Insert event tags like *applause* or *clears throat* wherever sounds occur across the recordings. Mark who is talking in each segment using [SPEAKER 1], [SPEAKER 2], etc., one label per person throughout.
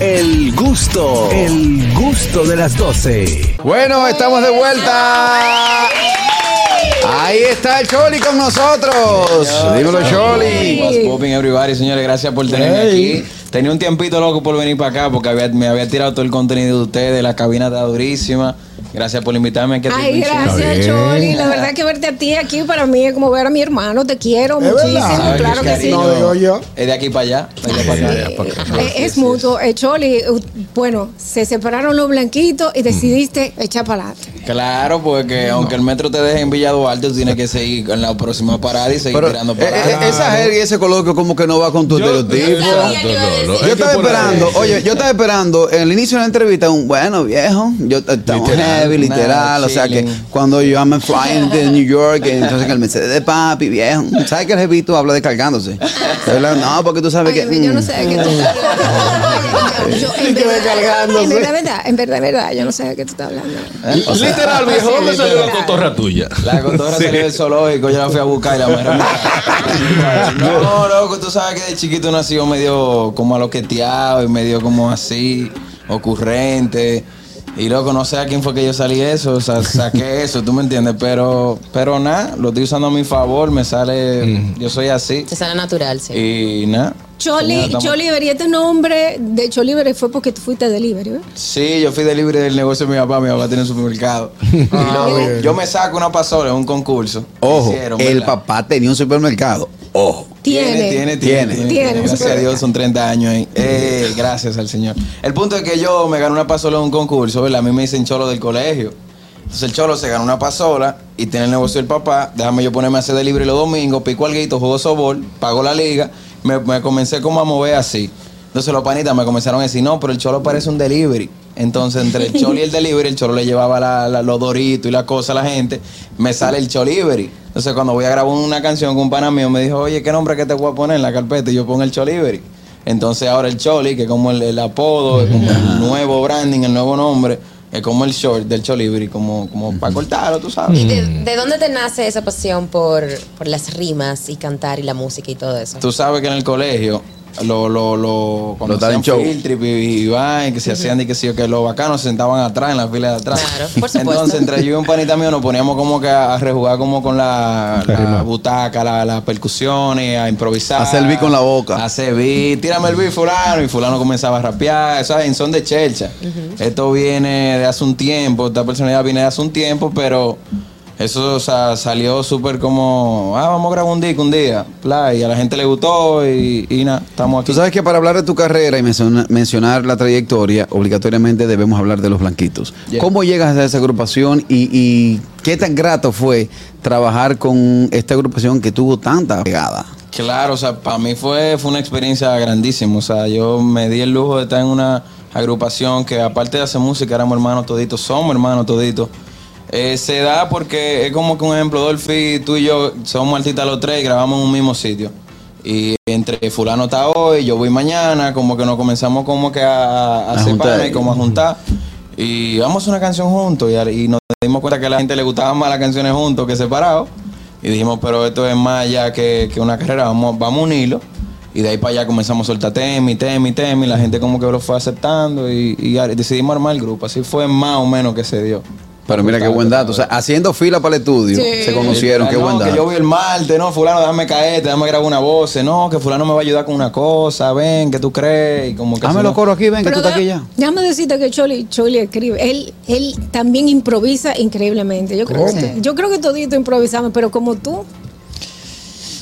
[SPEAKER 1] El gusto, el gusto de las 12.
[SPEAKER 2] Bueno, estamos de vuelta. Ahí está el Choli con nosotros. Dímelo, Choli. Eh,
[SPEAKER 3] What's popping everybody, señores, gracias por tenerme
[SPEAKER 2] Hey.
[SPEAKER 3] aquí. Tenía un tiempito loco por venir para acá porque había- me había tirado todo el contenido de ustedes, la cabina está durísima. Gracias por invitarme aquí a
[SPEAKER 4] Ay,
[SPEAKER 3] Tripichi.
[SPEAKER 4] gracias, Choli. La verdad que verte a ti aquí para mí es como ver a mi hermano. Te quiero
[SPEAKER 2] Es
[SPEAKER 4] muchísimo.
[SPEAKER 2] verdad.
[SPEAKER 3] Ay,
[SPEAKER 4] Claro
[SPEAKER 3] qué
[SPEAKER 4] que sí.
[SPEAKER 3] cariño.
[SPEAKER 2] No, digo yo.
[SPEAKER 3] Es de aquí para allá, de allá para acá.
[SPEAKER 4] Eh, es mutuo. Eh, Choli, eh, bueno, se separaron los blanquitos y decidiste echar para adelante.
[SPEAKER 3] Claro, porque aunque el metro te deje en Villa Duarte, tú tienes que seguir en la próxima parada y seguir
[SPEAKER 2] Pero,
[SPEAKER 3] tirando
[SPEAKER 2] eh,
[SPEAKER 3] paradas.
[SPEAKER 2] eh, esa jerga y ese coloquio como que no va con tu
[SPEAKER 3] Yo-
[SPEAKER 2] estereotipo. Yo estaba esperando, oye, yo estaba esperando en el inicio de la entrevista un bueno viejo, yo estamos heavy, literal,
[SPEAKER 3] Nah,
[SPEAKER 2] o sea que
[SPEAKER 3] chilling.
[SPEAKER 2] cuando yo I'm flying de New
[SPEAKER 3] *laughs*
[SPEAKER 2] York, eh, entonces que el Mercedes de papi, viejo, sabes que el jevito habla descargándose. ¿Verdad? No, porque tú sabes
[SPEAKER 4] Óyeme,
[SPEAKER 2] que
[SPEAKER 4] yo no
[SPEAKER 2] mm,
[SPEAKER 4] sé de qué
[SPEAKER 2] *laughs*
[SPEAKER 4] tú estás hablando. Oye, yo- yo- en
[SPEAKER 2] Y que
[SPEAKER 4] verdad-
[SPEAKER 2] descargándose.
[SPEAKER 4] En verdad, en verdad, en verdad, en verdad, yo no sé de qué tú estás hablando.
[SPEAKER 5] Literal, viejo, ¿dónde
[SPEAKER 4] Sí,
[SPEAKER 5] salió la
[SPEAKER 4] literal.
[SPEAKER 5] cotorra tuya?
[SPEAKER 3] La cotorra salió del zoológico, yo la fui a buscar y la mujer. No, loco, tú sabes que de chiquito uno ha sido medio como aloqueteado y medio como así, ocurrente. Y loco, no sé a quién fue que yo salí eso, o
[SPEAKER 2] *laughs*
[SPEAKER 3] sea, saqué eso, tú me entiendes, pero, pero nada, lo estoy usando a mi favor, me sale,
[SPEAKER 2] Mm.
[SPEAKER 3] yo soy así.
[SPEAKER 6] Te sale natural, sí.
[SPEAKER 3] Y nada.
[SPEAKER 4] Choli,
[SPEAKER 3] Estamos-
[SPEAKER 4] Cholivery, este nombre de Cholivery fue porque tú fuiste delivery, ¿verdad?
[SPEAKER 3] Sí, yo fui delivery del negocio de mi papá, mi papá tiene
[SPEAKER 2] *laughs*
[SPEAKER 3] un supermercado. Y luego, yo me saco una pasola en un concurso.
[SPEAKER 2] Ah, ojo,
[SPEAKER 3] Hicieron,
[SPEAKER 2] el
[SPEAKER 3] ¿verdad?
[SPEAKER 2] papá tenía un supermercado. Ojo.
[SPEAKER 4] Tiene.
[SPEAKER 3] Tiene, tiene,
[SPEAKER 2] Tiene.
[SPEAKER 3] tiene.
[SPEAKER 4] Tiene,
[SPEAKER 3] Gracias a
[SPEAKER 4] supermercado.
[SPEAKER 3] Dios, son 30 años ahí. Eh, gracias al Señor. El punto es que yo me gané una pasola en un concurso, ¿verdad? A mí me dicen cholo del colegio. Entonces el cholo se ganó una pasola y tiene el negocio del papá. Déjame yo ponerme a hacer delivery los domingos, pico al guito, juego sobol, pago la liga. Me, me comencé como a mover así. Entonces los panitas me comenzaron a decir, no, pero el cholo parece un delivery. Entonces, entre el cholo y el delivery, el cholo le llevaba la, la- los doritos y la cosa a la gente. Me sale el cholivery. Entonces, cuando voy a grabar una canción con un pana mío, me dijo, oye, ¿qué nombre que te voy a poner en la carpeta? Y yo pongo el cholivery. Entonces, ahora el choli, que es como el, el apodo, es como el nuevo branding, el nuevo nombre, es como el short del cholivery, como, como para cortarlo, tú sabes.
[SPEAKER 6] ¿Y de, de dónde te nace esa pasión por, por las rimas y cantar y la música y todo eso?
[SPEAKER 3] Tú sabes que en el colegio, lo, lo, lo, cuando
[SPEAKER 2] Los talent
[SPEAKER 3] hacían
[SPEAKER 2] show.
[SPEAKER 3] field trip y, y vaina, que se hacían y que sí, que los bacanos se sentaban atrás, en la fila de atrás.
[SPEAKER 6] Claro, por supuesto.
[SPEAKER 3] Entonces, entre yo y un panita mío nos poníamos como que a, a rejugar como con la, la butaca, la- las percusiones, a improvisar.
[SPEAKER 2] Hacer el beat con la boca.
[SPEAKER 3] Hacer beat, tírame el beat fulano, y fulano comenzaba a rapear, eso en son de chelcha. Esto viene de hace un tiempo, esta personalidad viene de hace un tiempo, pero eso o sea, salió súper como, ah, vamos a grabar un disco un día, bla, y a la gente le gustó y, y nada, estamos aquí.
[SPEAKER 2] Tú sabes que para hablar de tu carrera y menciona- mencionar la trayectoria, obligatoriamente debemos hablar de los blanquitos.
[SPEAKER 3] Yeah.
[SPEAKER 2] ¿Cómo llegas a esa agrupación y, y qué tan grato fue trabajar con esta agrupación que tuvo tanta pegada?
[SPEAKER 3] Claro, o sea, para mí fue, fue una experiencia grandísima. O sea, yo me di el lujo de estar en una agrupación que aparte de hacer música, éramos hermanos toditos, somos hermanos toditos. Eh, se da porque es como que un ejemplo, Dolphy, tú y yo somos artistas los tres y grabamos en un mismo sitio. Y entre fulano está hoy, yo voy mañana, como que nos comenzamos como que a, a
[SPEAKER 2] A
[SPEAKER 3] hacer
[SPEAKER 2] juntar.
[SPEAKER 3] pana y como a juntar. Y vamos a hacer una canción juntos y, al- y nos dimos cuenta que a la gente le gustaban más las canciones juntos que separados. Y dijimos, pero esto es más ya que, que una carrera, vamos, vamos a unirlo. Y de ahí para allá comenzamos a soltar tema y tema y tema y la gente como que lo fue aceptando y, y ar- decidimos armar el grupo. Así fue más o menos que se dio.
[SPEAKER 2] Pero mira qué buen dato. O sea, haciendo fila para el estudio,
[SPEAKER 4] Sí.
[SPEAKER 2] se conocieron,
[SPEAKER 3] Ah,
[SPEAKER 2] qué
[SPEAKER 3] no,
[SPEAKER 2] buen
[SPEAKER 3] que yo
[SPEAKER 2] dato.
[SPEAKER 3] voy el martes, no, fulano, déjame caerte, déjame grabar una voz, no, que fulano me va a ayudar con una cosa, ven, que tú crees, y como que...
[SPEAKER 2] Dame los
[SPEAKER 3] si no-
[SPEAKER 2] coros aquí, ven, que tú
[SPEAKER 4] Pero
[SPEAKER 2] estás aquí
[SPEAKER 4] da-
[SPEAKER 2] ya.
[SPEAKER 4] Déjame decirte que Choli, Choli escribe. Él, él también improvisa increíblemente. Yo creo, que, to- yo creo que todito improvisamos, pero como tú,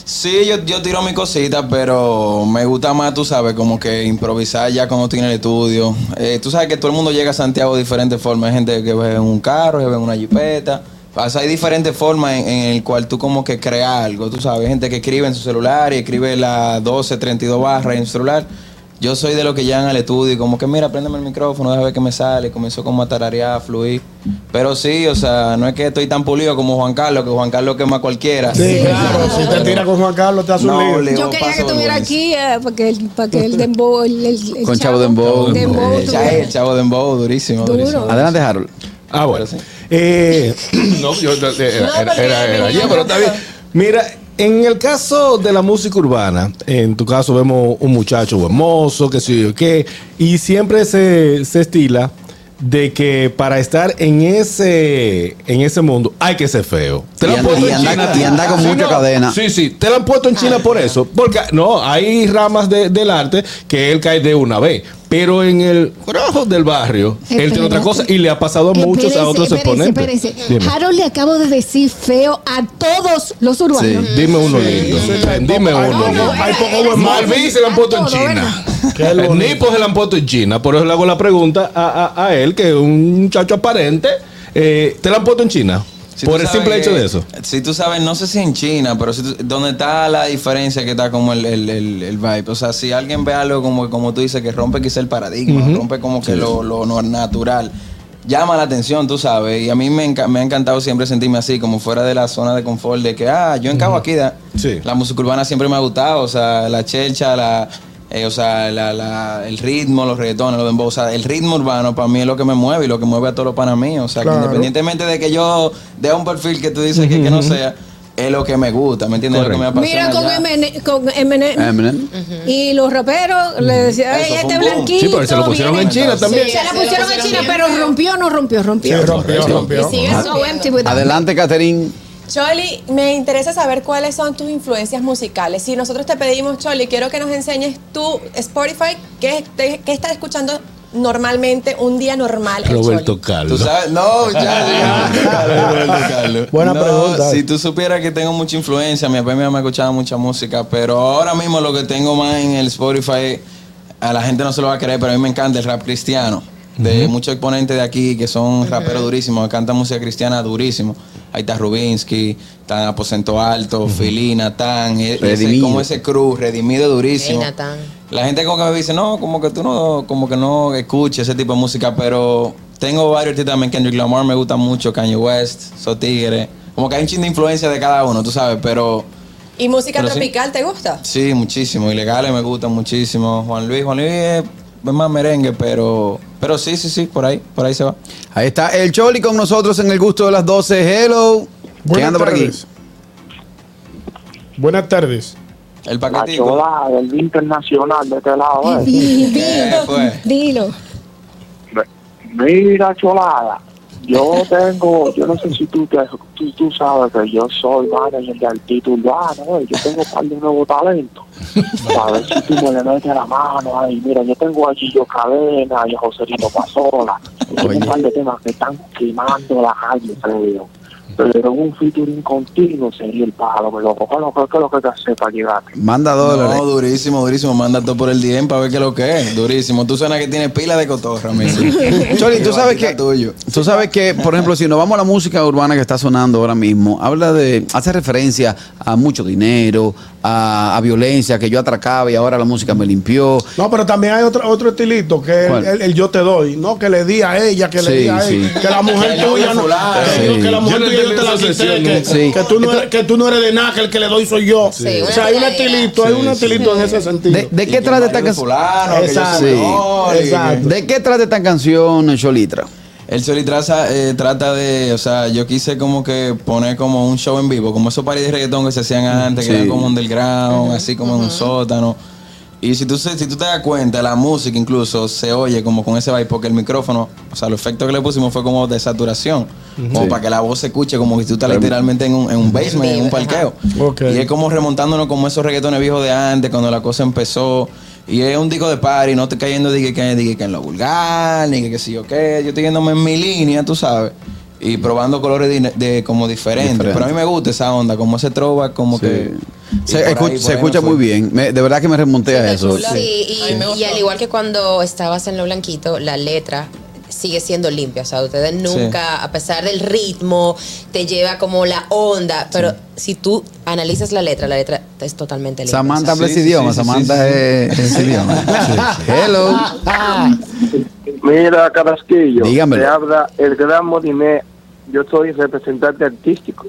[SPEAKER 3] Sí, yo, yo tiro mis cositas, pero me gusta más, tú sabes, como que improvisar ya cuando estoy en el estudio. Eh, tú sabes que todo el mundo llega a Santiago de diferentes formas. Hay gente que ve en un carro, que ve en una jipeta. O sea, hay diferentes formas en, en el cual tú como que creas algo, tú sabes. Hay gente que escribe en su celular y escribe la 12, 32 barras en su celular. Yo soy de los que llegan al estudio y como que mira, préndeme el micrófono, déjame ver qué me sale. Comenzó como a tararear, a fluir. Pero sí, o sea, no es que estoy tan pulido como Juan Carlos, que Juan Carlos quema a cualquiera.
[SPEAKER 5] Sí, claro, si te tira con Juan Carlos, te hace un
[SPEAKER 3] No,
[SPEAKER 5] lío.
[SPEAKER 3] Leo,
[SPEAKER 4] yo quería que
[SPEAKER 3] paso
[SPEAKER 4] estuviera
[SPEAKER 3] vergüenza.
[SPEAKER 4] aquí eh, para que el, para que el dembow, el, el- el
[SPEAKER 2] Con Chavo Dembow.
[SPEAKER 4] Dembow
[SPEAKER 3] El Chavo,
[SPEAKER 4] tuviera-
[SPEAKER 3] Eh, el chavo de Dembow, durísimo,
[SPEAKER 4] Duro.
[SPEAKER 3] durísimo.
[SPEAKER 2] Adelante, Harold.
[SPEAKER 5] Ah, bueno.
[SPEAKER 3] Pero sí.
[SPEAKER 7] *clears throat*
[SPEAKER 5] Eh, no, yo era, era, era, era,
[SPEAKER 6] porque
[SPEAKER 5] era
[SPEAKER 6] venía
[SPEAKER 5] ayer, pero está bien. Mira,
[SPEAKER 7] En el caso de la música urbana, en tu caso vemos un muchacho hermoso, que sé yo qué, y siempre se, se estila de que para estar en ese en ese mundo hay que ser feo.
[SPEAKER 2] Y
[SPEAKER 7] lo han
[SPEAKER 2] anda-
[SPEAKER 7] puesto
[SPEAKER 2] y
[SPEAKER 7] en
[SPEAKER 2] anda-
[SPEAKER 7] China.
[SPEAKER 2] y anda con
[SPEAKER 7] Sí,
[SPEAKER 2] mucha
[SPEAKER 7] no,
[SPEAKER 2] cadena.
[SPEAKER 7] Sí, sí, te lo han puesto en China por eso. Porque no, hay ramas de- del arte que él cae de una vez. Pero en el rojo del barrio, él tiene otra cosa y le ha pasado a muchos
[SPEAKER 8] Espérense,
[SPEAKER 7] a otros
[SPEAKER 8] espérense,
[SPEAKER 7] exponentes.
[SPEAKER 8] espérense.
[SPEAKER 7] Dime.
[SPEAKER 8] Harold le acabo de decir feo a todos los urbanos.
[SPEAKER 7] Dime uno lindo. Dime
[SPEAKER 5] Hay
[SPEAKER 7] uno
[SPEAKER 5] poco-
[SPEAKER 7] lindo.
[SPEAKER 5] hay poco buen mozo.
[SPEAKER 7] Malvin se la han puesto en China. El Nipo se la han puesto en China. Por eso le hago la pregunta a, a- a él, que es un muchacho aparente. eh, ¿Te la han puesto en China?
[SPEAKER 3] Si
[SPEAKER 7] por
[SPEAKER 3] tú
[SPEAKER 7] el
[SPEAKER 3] sabes
[SPEAKER 7] simple
[SPEAKER 3] que-
[SPEAKER 7] hecho de eso.
[SPEAKER 3] Si tú sabes, no sé si en China, pero si tú- donde está la diferencia que está como el, el, el, el vibe. O sea, si alguien ve algo como, como tú dices, que rompe quizá el paradigma, rompe como que lo, lo no- natural, llama la atención, tú sabes. Y a mí me, enca- me ha encantado siempre sentirme así, como fuera de la zona de confort, de que, ah, yo encabo aquí. da.
[SPEAKER 7] Sí.
[SPEAKER 3] La música urbana siempre me ha gustado, o sea, la chelcha, la... eh, o sea, la- la- el ritmo, los reggaetones, los dembow, o sea, el ritmo urbano para mí es lo que me mueve y lo que mueve a todos los panamíos. O sea, que
[SPEAKER 5] Claro.
[SPEAKER 3] independiente Independientemente de que yo dé un perfil que tú dices que, que no sea, es lo que me gusta, ¿me entiendes? Es Lo que me apasiona.
[SPEAKER 4] Mira con
[SPEAKER 3] ya.
[SPEAKER 4] Eminem, con Eminem.
[SPEAKER 2] Eminem.
[SPEAKER 4] Y los raperos le decían,
[SPEAKER 3] Eso
[SPEAKER 4] "Ey,
[SPEAKER 3] fue
[SPEAKER 4] este
[SPEAKER 3] un boom".
[SPEAKER 4] blanquito.
[SPEAKER 7] Sí, pero se lo pusieron
[SPEAKER 4] viene".
[SPEAKER 7] en China también.
[SPEAKER 4] Se la pusieron en China, pero rompió, no rompió, rompió.
[SPEAKER 5] Sí, rompió, rompió.
[SPEAKER 9] Y sigue so empty without me.
[SPEAKER 2] Adelante, Catherine.
[SPEAKER 9] Choli, me interesa saber cuáles son tus influencias musicales. Si nosotros te pedimos, Choli, quiero que nos enseñes tu Spotify, ¿qué, te- qué estás escuchando normalmente, un día normal? el
[SPEAKER 7] Roberto
[SPEAKER 9] Choli?
[SPEAKER 3] Tú
[SPEAKER 7] Carlos.
[SPEAKER 3] sabes, no, ya, ya. Roberto Carlos.
[SPEAKER 5] Buena
[SPEAKER 3] No,
[SPEAKER 5] pregunta.
[SPEAKER 3] Si tú supieras que tengo mucha influencia, mi papá y mi mamá escuchaban mucha música, pero ahora mismo lo que tengo más en el Spotify, a la gente no se lo va a creer, pero a mí me encanta el rap cristiano. De muchos exponentes de aquí que son raperos durísimos, que cantan música cristiana durísimo. Ahí está Rubinsky, está Aposento Alto, Filina, Tan, e- ese-
[SPEAKER 2] Redimido.
[SPEAKER 3] como ese cruz, redimido durísimo.
[SPEAKER 6] Ey, Natán.
[SPEAKER 3] La gente como que me dice, no, como que tú no, como que no escuches ese tipo de música, pero tengo varios artistas también, Kendrick Lamar me gusta mucho, Kanye West, So Tigre, como que hay un chin de influencia de cada uno, tú sabes, pero
[SPEAKER 9] ¿Y música
[SPEAKER 3] Pero sí.
[SPEAKER 9] tropical te gusta?
[SPEAKER 3] sí, muchísimo, Ilegales me gustan muchísimo, Juan Luis, Juan Luis es es más merengue, pero, pero sí, sí, sí, por ahí, por ahí se va.
[SPEAKER 2] Ahí está el Choli con nosotros en el gusto de las 12. Hello. ¿Quién
[SPEAKER 5] Buenas
[SPEAKER 2] anda por aquí?
[SPEAKER 5] tardes. Buenas tardes.
[SPEAKER 3] El
[SPEAKER 10] La
[SPEAKER 3] paquetico.
[SPEAKER 10] chola del Día internacional de este lado. ¿eh?
[SPEAKER 4] Di-
[SPEAKER 3] ¿Qué
[SPEAKER 4] Dilo,
[SPEAKER 3] fue?
[SPEAKER 4] dilo.
[SPEAKER 10] Mira, cholada, yo tengo, yo no sé si tú, te, tú, tú sabes que yo soy manager de artista urbano, ¿eh? yo tengo un par de nuevos talentos. A ver si tú me le metes la mano ahí. Mira, yo tengo a Gillo Cadena y a Joselito Pasola. Yo Tengo un par de temas que están quemando la calle, creo. Pero un featuring continuo sería el palo, me lo cojo, lo que lo que hay que hacer para llegar.
[SPEAKER 2] Manda dólares.
[SPEAKER 3] No, durísimo, durísimo, manda todo por el DM para ver qué es lo que es, durísimo, tú suena que tienes pila de cotorra, amigo.
[SPEAKER 2] Choli, tú sabes que
[SPEAKER 3] Batita tuyo.
[SPEAKER 2] tú sabes que, por ejemplo, si nos vamos a la música urbana que está sonando ahora mismo, habla de hace referencia a mucho dinero, a, a violencia que yo atracaba y ahora la música me limpió.
[SPEAKER 5] No, pero también hay otro, otro estilito que es el,
[SPEAKER 2] ¿Cuál?
[SPEAKER 5] el- el yo te doy, ¿no? Que le di a ella, que
[SPEAKER 2] Sí,
[SPEAKER 5] le di a él,
[SPEAKER 2] sí.
[SPEAKER 5] que la mujer
[SPEAKER 3] Que
[SPEAKER 5] tuya no.
[SPEAKER 3] fulana.
[SPEAKER 5] que yo- que la mujer
[SPEAKER 7] Sí. Yo no
[SPEAKER 5] tuya yo
[SPEAKER 7] entendí
[SPEAKER 5] te la
[SPEAKER 7] esa
[SPEAKER 5] quité,
[SPEAKER 7] sesión,
[SPEAKER 5] que,
[SPEAKER 2] ¿no? Sí.
[SPEAKER 5] que tú no eres, que tú no eres de nada, que el que le doy soy yo.
[SPEAKER 6] Sí,
[SPEAKER 5] o sea, hay un
[SPEAKER 6] una
[SPEAKER 5] estilito, hay un estilito en ese sentido.
[SPEAKER 2] ¿De, de
[SPEAKER 3] Y
[SPEAKER 2] qué
[SPEAKER 3] que
[SPEAKER 2] trata esta
[SPEAKER 3] Mario
[SPEAKER 2] canción?
[SPEAKER 3] fulano, que yo soy
[SPEAKER 5] Exacto.
[SPEAKER 3] mejor, y que-
[SPEAKER 5] Exacto.
[SPEAKER 2] ¿De qué trata esta canción, Cholitra?
[SPEAKER 3] El Choli traza, eh, trata de, o sea, yo quise como que poner como un show en vivo, como esos parties de reggaetón que se hacían antes,
[SPEAKER 2] Sí.
[SPEAKER 3] que eran como underground, así como en un sótano. Y si tú, se- si tú te das cuenta, la música incluso se oye como con ese vibe, porque el micrófono, o sea, los efectos que le pusimos fue como de saturación, como
[SPEAKER 2] Sí.
[SPEAKER 3] para que la voz se escuche como que tú estás literalmente en un, en un basement, en un parqueo.
[SPEAKER 5] Ok.
[SPEAKER 3] Y es como remontándonos como esos reggaetones viejos de antes, cuando la cosa empezó. Y es un disco de party, no estoy cayendo de que, que- de que- que en lo vulgar, ni que, que sí o qué. Yo estoy yéndome en mi línea, tú sabes. Y probando colores di- de, como diferentes.
[SPEAKER 2] Diferente.
[SPEAKER 3] Pero a mí me gusta esa onda, como ese trova, como
[SPEAKER 2] Sí.
[SPEAKER 3] que... y
[SPEAKER 2] Se,
[SPEAKER 3] por ahí,
[SPEAKER 2] escu-
[SPEAKER 3] por
[SPEAKER 2] se
[SPEAKER 3] ahí
[SPEAKER 2] escucha
[SPEAKER 3] me fue.
[SPEAKER 2] muy bien. Me- de verdad que me remonté a eso.
[SPEAKER 6] Sí, y, y al igual que cuando estabas en Lo Blanquito, la letra sigue siendo limpia. O sea, ustedes nunca, a pesar del ritmo, te lleva como la onda. Pero si tú analizas la letra, la letra es totalmente limpia.
[SPEAKER 2] Samantha
[SPEAKER 6] O
[SPEAKER 2] habla
[SPEAKER 3] Sí,
[SPEAKER 2] ese
[SPEAKER 3] sí,
[SPEAKER 2] idioma.
[SPEAKER 3] sí, sí,
[SPEAKER 2] Samantha
[SPEAKER 3] sí, sí.
[SPEAKER 2] es es ese
[SPEAKER 3] *laughs*
[SPEAKER 2] idioma. Hello.
[SPEAKER 10] Mira, Carrasquillo,
[SPEAKER 2] Dígamelo.
[SPEAKER 10] te habla el gran Moliné. Yo soy representante artístico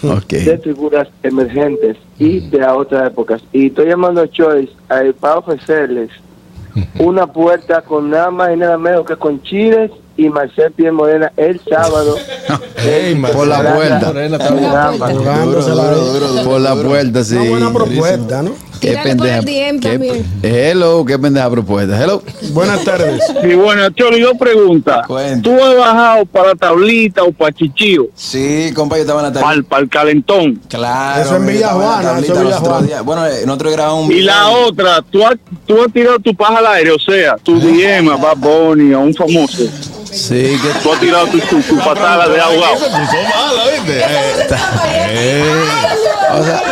[SPEAKER 10] de
[SPEAKER 2] Ok.
[SPEAKER 10] figuras emergentes y de a otras épocas. Y estoy llamando a Choice a, para ofrecerles una puerta con nada más y nada menos que con chiles y Marcel Piel Morena el
[SPEAKER 2] *laughs*
[SPEAKER 10] sábado.
[SPEAKER 2] Ey, por la
[SPEAKER 10] Plaza
[SPEAKER 2] puerta.
[SPEAKER 10] Gamba.
[SPEAKER 2] Por la puerta, sí.
[SPEAKER 5] Una buena propuesta, ¿no?
[SPEAKER 2] Qué
[SPEAKER 4] Tírale por
[SPEAKER 2] pendeja.
[SPEAKER 4] el DM
[SPEAKER 2] qué pe-
[SPEAKER 4] también.
[SPEAKER 2] Hello, qué pendeja propuesta. Hello.
[SPEAKER 5] Buenas tardes.
[SPEAKER 11] Y bueno, Cholo, yo pregunta.
[SPEAKER 3] Cuenta.
[SPEAKER 11] ¿Tú has bajado para tablita o para chichío?
[SPEAKER 3] Sí, compa, yo estaba en la tarde.
[SPEAKER 11] Para el calentón.
[SPEAKER 3] Claro.
[SPEAKER 5] Eso en
[SPEAKER 3] yo estaba la
[SPEAKER 5] Villajuana, eso
[SPEAKER 3] tablita
[SPEAKER 5] en
[SPEAKER 3] los otros
[SPEAKER 5] Villajuana.
[SPEAKER 3] días. Bueno, eh, nosotros grabamos un
[SPEAKER 11] Y la
[SPEAKER 3] video.
[SPEAKER 11] otra, tú has, tú has tirado tu paja al aire, o sea, tu DM a Bad Bunny, a un famoso.
[SPEAKER 2] Sí, que
[SPEAKER 11] Tú has tirado tu, tu, tu patada de ahogado.
[SPEAKER 7] Eh,
[SPEAKER 2] o
[SPEAKER 3] *laughs*
[SPEAKER 2] sea,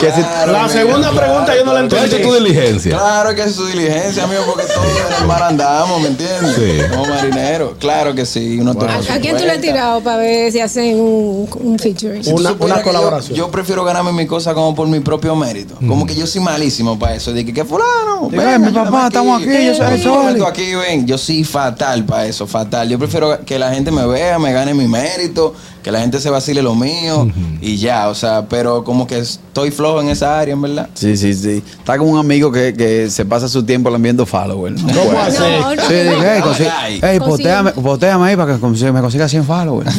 [SPEAKER 2] que si-
[SPEAKER 5] La segunda pregunta yo no la
[SPEAKER 7] Tú has hecho
[SPEAKER 5] entendí.
[SPEAKER 7] tu diligencia.
[SPEAKER 3] Claro que es su diligencia, amigo, porque todos en el mar andamos, ¿me entiendes?
[SPEAKER 7] Sí.
[SPEAKER 3] Como marineros. Claro que sí. Uno toma su
[SPEAKER 4] ¿A, a quién tú le has
[SPEAKER 3] cuenta.
[SPEAKER 4] tirado para ver si hacen un, un featuring?
[SPEAKER 3] Si tú
[SPEAKER 5] Una- una
[SPEAKER 3] supieras que yo-
[SPEAKER 5] colaboración.
[SPEAKER 3] Yo, prefiero ganarme mi cosa como por mi propio mérito. Como que yo soy malísimo para eso. De que, que fulano.
[SPEAKER 2] Mm. Ven, mi papá, estamos aquí, yo soy el
[SPEAKER 3] Yo
[SPEAKER 2] Choli.
[SPEAKER 3] aquí, ven. Yo soy fatal para eso, fatal. Yo prefiero que la gente me vea, me gane mi mérito, que la gente se vacile lo mío y ya. O sea, pero como que estoy flojo en esa área, en verdad.
[SPEAKER 2] sí, sí, sí. Está con un amigo que, que se pasa su tiempo lambiendo followers. *laughs* No puede.
[SPEAKER 4] No, no, no.
[SPEAKER 2] Sí, eh, dije, hey, consi-
[SPEAKER 3] Ay.
[SPEAKER 2] hey,
[SPEAKER 4] Consigue.
[SPEAKER 2] poteame, poteame ahí para que consi- me consiga 100 followers.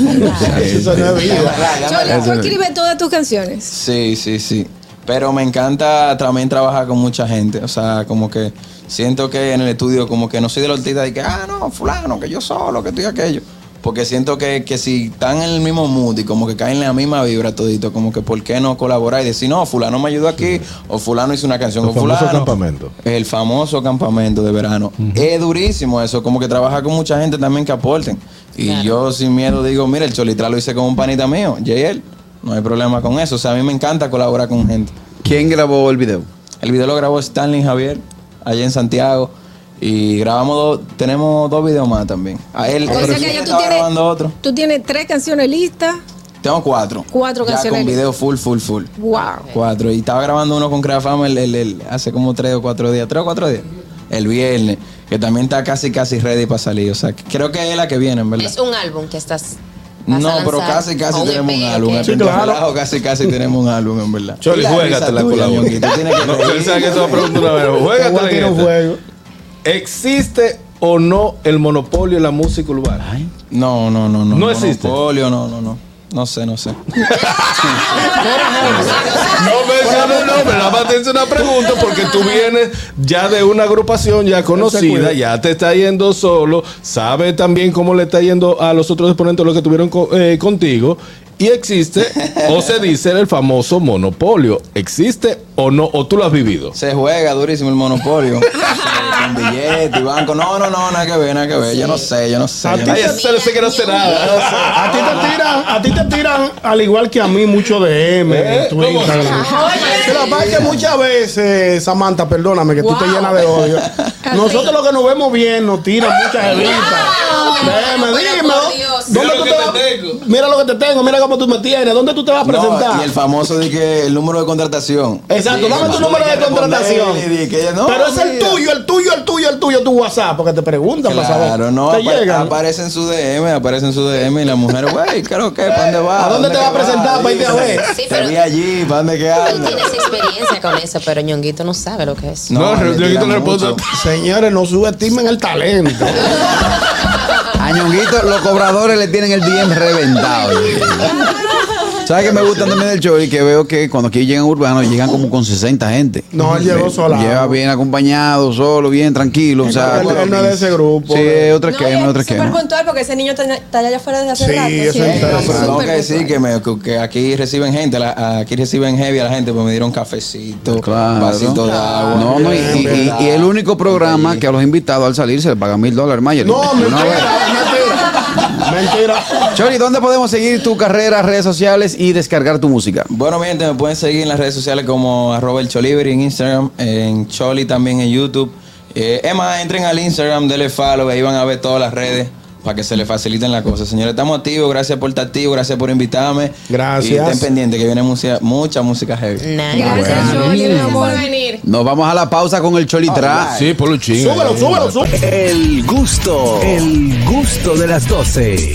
[SPEAKER 5] Eso no es vida.
[SPEAKER 4] Chole, tú escribes todas tus canciones.
[SPEAKER 3] Sí, sí, sí. Pero me encanta también trabajar con mucha gente. O sea, como que siento que en el estudio, como que no soy de la hortita de que, ah, no, fulano, que yo solo, que estoy aquello. Porque siento que, que si están en el mismo mood y como que caen en la misma vibra todito, como que por qué no colaborar y decir, no, fulano me ayudó aquí, o fulano hizo una canción
[SPEAKER 7] Los
[SPEAKER 3] con
[SPEAKER 7] famosos
[SPEAKER 3] fulano.
[SPEAKER 7] campamentos.
[SPEAKER 3] El famoso campamento de verano. Es durísimo eso, como que trabaja con mucha gente también que aporten. Y yo sin miedo digo, mira, el Cholitra lo hice con un panita mío, JL. No hay problema con eso. O sea, a mí me encanta colaborar con gente.
[SPEAKER 2] ¿Quién grabó el video?
[SPEAKER 3] El video lo grabó Stanley Javier, allá en Santiago. Y grabamos dos, tenemos dos videos más también. A él,
[SPEAKER 4] O sea
[SPEAKER 3] él
[SPEAKER 4] que ya tú
[SPEAKER 3] estaba
[SPEAKER 4] tienes,
[SPEAKER 3] grabando otro.
[SPEAKER 4] tú tienes tres canciones listas.
[SPEAKER 3] Tengo cuatro.
[SPEAKER 4] Cuatro
[SPEAKER 3] ya
[SPEAKER 4] canciones.
[SPEAKER 3] Con video full, full, full.
[SPEAKER 4] Wow.
[SPEAKER 3] Cuatro. Y estaba grabando uno con Crafama el, el- el- hace como tres o cuatro días. Tres o cuatro días. El viernes. Que también está casi, casi ready para salir. O sea, que creo que es la que viene, en verdad.
[SPEAKER 6] Es un álbum que estás.
[SPEAKER 3] no,
[SPEAKER 6] vas a
[SPEAKER 3] pero
[SPEAKER 6] lanzar,
[SPEAKER 3] casi,
[SPEAKER 6] o
[SPEAKER 3] casi
[SPEAKER 6] un
[SPEAKER 3] tenemos
[SPEAKER 6] EP,
[SPEAKER 3] un
[SPEAKER 6] ¿o
[SPEAKER 3] álbum.
[SPEAKER 6] qué?
[SPEAKER 3] en
[SPEAKER 7] claro.
[SPEAKER 3] relajo, Casi, casi tenemos un álbum, en verdad.
[SPEAKER 7] Choli,
[SPEAKER 3] Y risa
[SPEAKER 7] juégatela con la
[SPEAKER 3] tuya,
[SPEAKER 7] boca.
[SPEAKER 3] Ñonguito, tienes que
[SPEAKER 7] *laughs* No, él
[SPEAKER 3] reírte.
[SPEAKER 7] sabe que eso va a preguntar una vez.
[SPEAKER 5] Te voy a
[SPEAKER 7] Juégatela en
[SPEAKER 5] tirar un
[SPEAKER 7] esta.
[SPEAKER 5] juego.
[SPEAKER 7] ¿Existe o no el monopolio en la música urbana?
[SPEAKER 3] No, no, no, no.
[SPEAKER 7] ¿No existe?
[SPEAKER 3] Monopolio, no, no, no. No sé, no sé.
[SPEAKER 7] No menciones el nombre, nada más te hice una pregunta porque tú vienes ya de una agrupación ya conocida, ya te está yendo solo, sabe también cómo le está yendo a los otros exponentes los que tuvieron co- eh, contigo. Y existe, o se dice, el famoso monopolio. ¿Existe o no? ¿O tú lo has vivido?
[SPEAKER 3] Se juega durísimo el monopolio. *laughs* Sí, Con billete y banco. No, no, no, nada que ver, nada que ver. Yo no sé, yo no sé. yo no
[SPEAKER 7] Ay,
[SPEAKER 3] sé.
[SPEAKER 7] ese no sé que no sé nada.
[SPEAKER 5] A ti te tiran, a ti te tiran al igual que a mí mucho DM
[SPEAKER 7] ¿Eh?
[SPEAKER 5] en tu
[SPEAKER 7] ¿Cómo?
[SPEAKER 5] Instagram. Se la pasa que muchas veces, Samantha, perdóname que tú te llenas de odio. Nosotros los que nos vemos bien nos tiran muchas evitas.
[SPEAKER 6] Pero
[SPEAKER 5] Deme, dime,
[SPEAKER 6] por Dios.
[SPEAKER 5] ¿dónde
[SPEAKER 7] Mira lo
[SPEAKER 5] tú
[SPEAKER 7] que
[SPEAKER 5] te
[SPEAKER 7] te
[SPEAKER 5] vas-
[SPEAKER 7] tengo.
[SPEAKER 5] Mira lo que te tengo, mira cómo tú me tienes, ¿dónde tú te vas a
[SPEAKER 3] No,
[SPEAKER 5] presentar?
[SPEAKER 3] y el famoso de que el número de contratación.
[SPEAKER 5] Exacto, dame tu número de contratación. Pero es el tuyo, el tuyo, el tuyo, el tuyo, tu WhatsApp, porque te preguntan para saber.
[SPEAKER 3] Claro, no,
[SPEAKER 5] te
[SPEAKER 3] apare-
[SPEAKER 5] llegan.
[SPEAKER 3] aparece en su DM, aparece en su DM y la mujer, güey, creo que, ¿para Ah, dónde va?
[SPEAKER 5] ¿A dónde te
[SPEAKER 3] que
[SPEAKER 5] vas a presentar para irte a ver?
[SPEAKER 6] Sí,
[SPEAKER 3] Te
[SPEAKER 6] pero-
[SPEAKER 3] vi allí, ¿para dónde que
[SPEAKER 6] Él
[SPEAKER 3] andas?
[SPEAKER 6] tiene esa experiencia con eso, pero Ñonguito no sabe lo que es.
[SPEAKER 7] No,
[SPEAKER 3] le
[SPEAKER 7] yo
[SPEAKER 3] tiran
[SPEAKER 7] quito la
[SPEAKER 3] mucho.
[SPEAKER 7] respuesta.
[SPEAKER 5] Señores, no subestimen el talento.
[SPEAKER 2] A Ñonguito, los cobradores le tienen el DM reventado. ¿Sabes qué me gusta también del show? Y que veo que cuando aquí llegan urbanos, llegan como con 60 gente.
[SPEAKER 5] No, él llegó sola.
[SPEAKER 2] Lleva bien acompañado, solo, bien tranquilo. O sea,
[SPEAKER 5] Él- él no es de ese grupo.
[SPEAKER 2] Sí, es otro
[SPEAKER 9] No,
[SPEAKER 2] esquema,
[SPEAKER 9] y
[SPEAKER 2] es otro
[SPEAKER 9] es súper
[SPEAKER 2] esquema.
[SPEAKER 9] puntual porque ese niño está está allá afuera desde hace
[SPEAKER 5] Sí,
[SPEAKER 9] rato.
[SPEAKER 5] eso
[SPEAKER 9] Sí.
[SPEAKER 5] es
[SPEAKER 3] Ey,
[SPEAKER 5] interesante.
[SPEAKER 3] Tengo que decir que, me- que aquí reciben gente, la- aquí reciben heavy a la gente, pues me dieron cafecito,
[SPEAKER 2] Eh, Claro.
[SPEAKER 3] vasito de agua.
[SPEAKER 2] No, no, y,
[SPEAKER 3] Bien,
[SPEAKER 2] y- y-
[SPEAKER 3] ¿verdad?
[SPEAKER 2] y el único programa que a los invitados al salir se le paga mil dólares, Mayer.
[SPEAKER 5] No,
[SPEAKER 2] De una vez.
[SPEAKER 5] mentira, mentira. Mentira.
[SPEAKER 2] Chori, ¿dónde podemos seguir tu carrera, redes sociales y descargar tu música?
[SPEAKER 3] Bueno, mi gente, me pueden seguir en las redes sociales como arroba el Cholibri en Instagram, en Choli también en YouTube. Eh, es más, entren al Instagram, denle follow, ahí van a ver todas las redes para que se les faciliten las cosas. Señores, estamos activos, gracias por estar activos, gracias por invitarme.
[SPEAKER 5] Gracias.
[SPEAKER 3] Y estén pendientes que viene mucha, mucha música heavy.
[SPEAKER 6] Nice.
[SPEAKER 4] Gracias, Choli, mi amor.
[SPEAKER 2] Nos vamos a la pausa con el Choli Tra.
[SPEAKER 7] Sí, por los chingos.
[SPEAKER 5] Súbelo, súbelo, súbelo.
[SPEAKER 1] El gusto, el gusto de las 12.